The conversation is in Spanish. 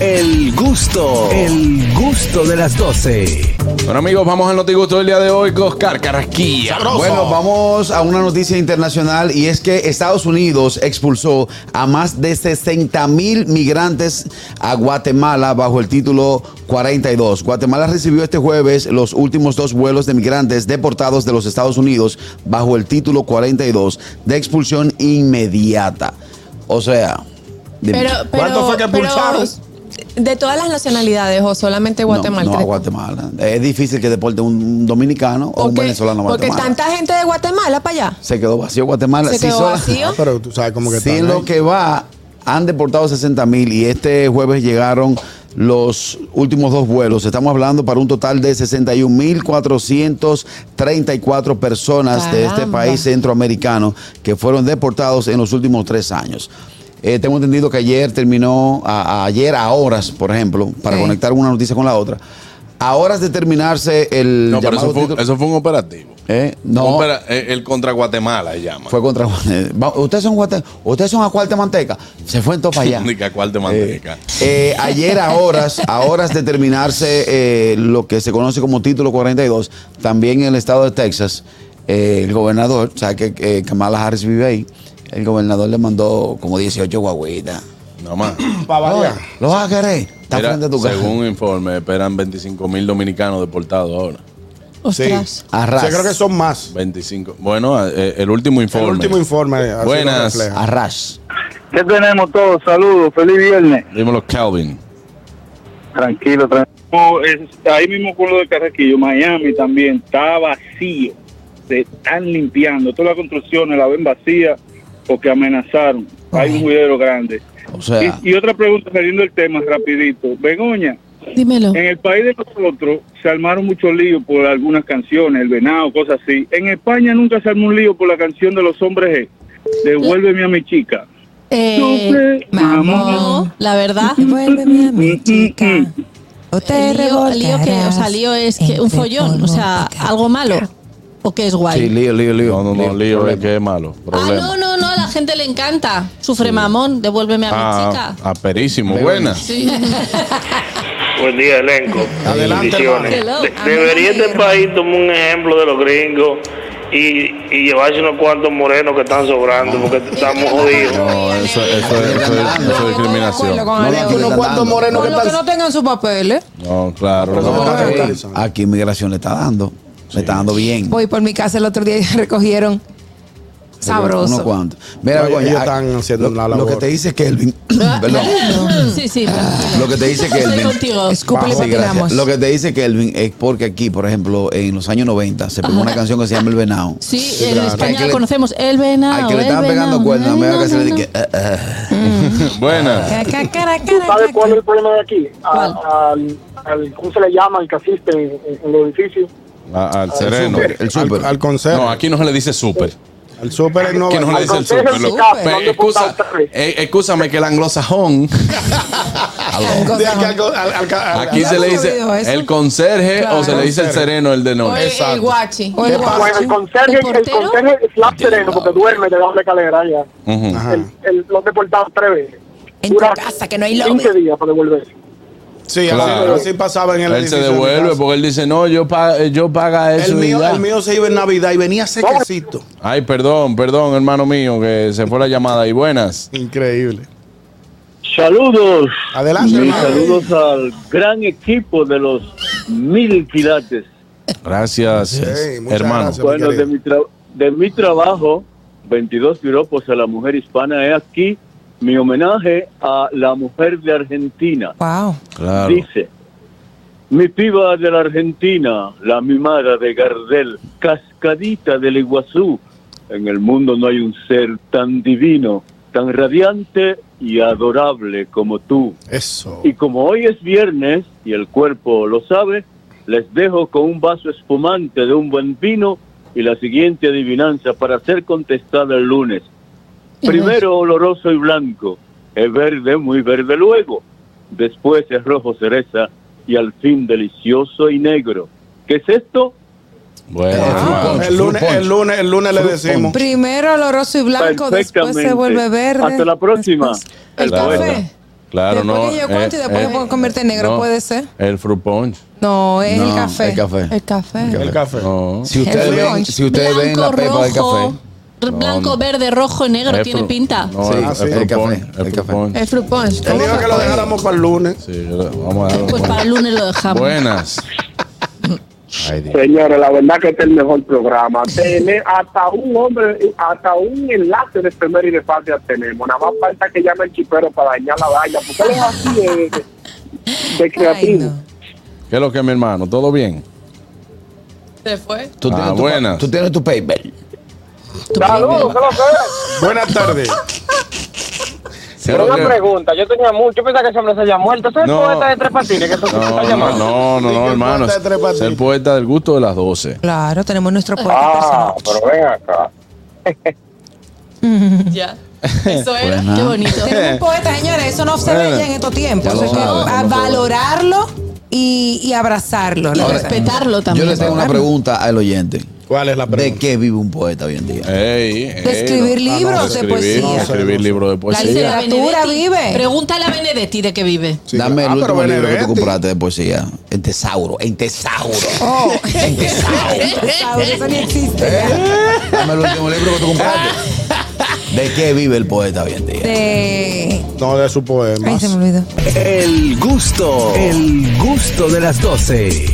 El gusto, el gusto de las 12. Bueno amigos, vamos al Notigusto del día de hoy con Oscar Carrasquilla. Bueno, vamos a una noticia internacional y es que Estados Unidos expulsó a más de 60 mil migrantes a Guatemala bajo el título 42. Guatemala recibió este jueves los últimos dos vuelos de migrantes deportados de los Estados Unidos bajo el título 42 de expulsión inmediata. O sea, dime. Pero, pero, ¿Cuánto fue que pero, expulsaron? De todas las nacionalidades o solamente No, Guatemala. No, a Guatemala. Es difícil que deporte un dominicano o un Porque- venezolano a Porque Guatemala. tanta gente de Guatemala para allá. Se quedó vacío Guatemala. Se Sí, quedó sola- vacío. Ah, pero tú sabes cómo que Sí, en están ¿eh? lo ahí. que va, han deportado 60 mil y este jueves llegaron los últimos dos vuelos. Estamos hablando para un total de 61.434 personas de este Caramba. país centroamericano que fueron deportados en los últimos tres años. Eh, tengo entendido que ayer terminó, a- a- ayer a horas, por ejemplo, para Sí. conectar una noticia con la otra, a horas de terminarse el No, pero llamado eso fue, título- eso fue un operativo. Eh, no, Un opera- eh, el contra Guatemala se llama. fue contra eh, Va- Ustedes son guate- ustedes son a cuál de manteca. Se fue en todo para allá. Ni que a cuál de manteca. Eh, ayer a horas, a horas de terminarse eh, lo que se conoce como título 42, también en el estado de Texas, eh, el gobernador, sabe que eh, Kamala Harris vive ahí, el gobernador le mandó como 18 guagüitas. Nada más. Para variar. ¿Lo vas a querer? Está Mira, frente a tu casa. según informe, esperan 25 mil dominicanos deportados ahora. Ostras. Arras. Yo creo que son más. 25. Bueno, eh, el último informe. El último informe. así lo Buenas. refleja. Arras. ¿Qué tenemos todos? Saludos, feliz viernes. Dímelo, Calvin. Tranquilo, tranquilo. ahí mismo con lo de Carraquillo, Miami también está vacío. Se están limpiando. Todas las construcciones la ven vacía porque amenazaron. Hay un juidero grande. O sea, Y, y otra pregunta saliendo del tema rapidito. Begoña, Dímelo. en el país de nosotros se armaron muchos líos por algunas canciones, el venado, cosas así. En España nunca se armó un lío por la canción de los hombres G. Devuélveme a mi chica. Eh, Sufre, mamón. mamón. La verdad. Vuélveme a mi chica. O te este El lío, el lío que, o sea, lío es que un follón, o sea, algo malo. ¿O que es guay? sí, lío, lío, lío. No, no, no, lío, eh. es que es malo. ah, Problema. no, no, no, a la gente le encanta. Sufre mamón, devuélveme a mi Ah, chica. aperísimo. Buenas. Buen día, elenco. Adelante, Bendiciones. hermano. De- Hello. debería Amén. este país tomar un ejemplo de los gringos y, y llevarse unos cuantos morenos que están sobrando porque Ah. estamos jodidos. No, eso, eso, eso- eso- eso es discriminación. No, no, aquí Unos están cuantos dando. morenos que Con los que no están. tengan sus papeles. No, claro. Pero no. eso está Ey, totalizando. aquí inmigración le está dando. Le está dando bien. Voy por mi casa el otro día y recogieron Unos sabroso. cuantos. Mira, No, ellos Begoña, están haciendo lo, una lo labor. que te dice Kelvin. perdón. sí, sí. Lo que te dice Ah. Estoy Kelvin. contigo. Escúpele Sí, para que gracias. veamos. Lo que te dice Kelvin es porque aquí, por ejemplo, en los años 90 se pegó una canción que se llama El Venado. Sí, Sí, en claro. Hay España que lo le- conocemos. El venado. Ay, que le el estaban pegando venado. cuernos. Me No, da que se le no, dije, no. eh, eh. Ah, Buenas. Ca, ca, cara, cara, ¿Sabe ca, cuál es el ca. problema de aquí? A- ¿Cuál? al, al- ¿Cómo se le llama el que asiste en, en- en los edificios? A- al sereno. el Al, súper. al consejo. No, aquí no se le dice súper. El súper es no. que no le al dice el consejo súper. es Lo- picado, pero ¿dónde excusa- punta el eh, Excúsame que el anglosajón. De aquí al- al- al- al- Aquí se le dice subido eso. el conserje Claro. o se le dice el Conserje. sereno, el de O el, norte. el guachi. O el Bueno, Pues el guacho. conserje, ¿El el, portero? conserje es la sereno porque duerme debajo de la escalera ya. Ujú. Ajá. El, el- los deportados tres veces. En tu casa, que no hay lobby. 15 días para devolverse. Sí, Claro. así, así pasaba en el Él se edificio de mi devuelve casa. porque él dice, no, yo, pa- eh, yo paga eso. El y mío, ya". el mío se iba en Navidad y venía sequecito. Ay, perdón, perdón, hermano mío, que se fue la llamada. Y buenas. Increíble. Saludos. Adelante, Mis hermano. saludos al gran equipo de los mil quilates. Gracias, Ey, muchas hermano. gracias. Bueno, querido. de mi, tra- de mi trabajo, 22 piropos a la mujer hispana, es aquí mi homenaje a la mujer de Argentina. Wow. Claro. Dice, mi piba de la Argentina, la mimada de Gardel, cascadita del Iguazú. En el mundo no hay un ser tan divino, tan radiante y adorable como tú. Eso. Y como hoy es viernes y el cuerpo lo sabe, les dejo con un vaso espumante de un buen vino y la siguiente adivinanza para ser contestada el lunes. Primero oloroso y blanco, es verde, muy verde luego, después es rojo cereza y al fin delicioso y negro. ¿Qué es esto? Bueno, hermano. el, lunes, el lunes, el lunes le Fruit decimos. Primero oloroso y blanco, después se Perfectamente. vuelve verde. Hasta la próxima. después- El Claro. café. Claro, Después no. eh, que yo cuento y después me puedo convertir en negro, ¿puede ser? El fruit punch. No, es el No, café. el café. El café. El café. No. Si ustedes El ven, brunch. si ustedes ven la pepa del café. r- Blanco, verde, rojo, negro, Es tiene fru- pinta. No, Sí, es- sí. es el fruit café, punch, el es fruit café. punch. El fruit punch. Él dijo que lo dejáramos para el lunes. Sí, yo- vamos a Pues para el darlo. lunes lo dejamos. Buenas. Ay, Dios. Señores, la verdad que este es el mejor programa. Tener hasta un hombre, hasta un enlace de primera y de patria tenemos. Nada más falta que llame el chipero para dañar la valla. Porque él es así de, de- de Ay, creativo. no. ¿Qué es lo que mi hermano? ¿Todo bien? Se fue. Tú Ah, tienes, tu, buenas. tú tienes tu paper. Saludos, ¿qué es lo que es? Buenas tardes. Pero una pregunta, yo tenía mucho, yo pensaba que ese hombre se había muerto. ¿Ese es el No. poeta de tres patines que se No, está no, llamando? no, no, Dije no, el hermano. poeta de tres Es patines. el poeta del gusto de las 12. Claro, tenemos nuestro poeta Ah, pero ven acá. personal. Ya. Eso era. Qué bonito. Tenemos un poeta, señores. Eso no se Bueno, ve ya en estos tiempos. ya lo Así que saben, a no puedo. valorarlo y, y abrazarlo. Y la verdad. respetarlo Yo también. le tengo una pregunta al oyente. ¿Cuál es la ¿De pregunta? qué vive un poeta hoy en día? Ey, ey, De escribir no. libros de escribir, poesía. de escribir libros de La Dice poesía. la literatura Benedetti. vive. Pregúntale a Benedetti de qué vive. Sí, Dame el ah, último pero libro que tú Benedetti. compraste de poesía. El tesauro, el tesauro. Oh. El tesauro. Saúl, Eso ni existe. Dame el último libro que tú compraste. ¿De qué vive el poeta hoy en día? De- No, de su poema. Ay, se me olvidó. El gusto, el gusto de las 12.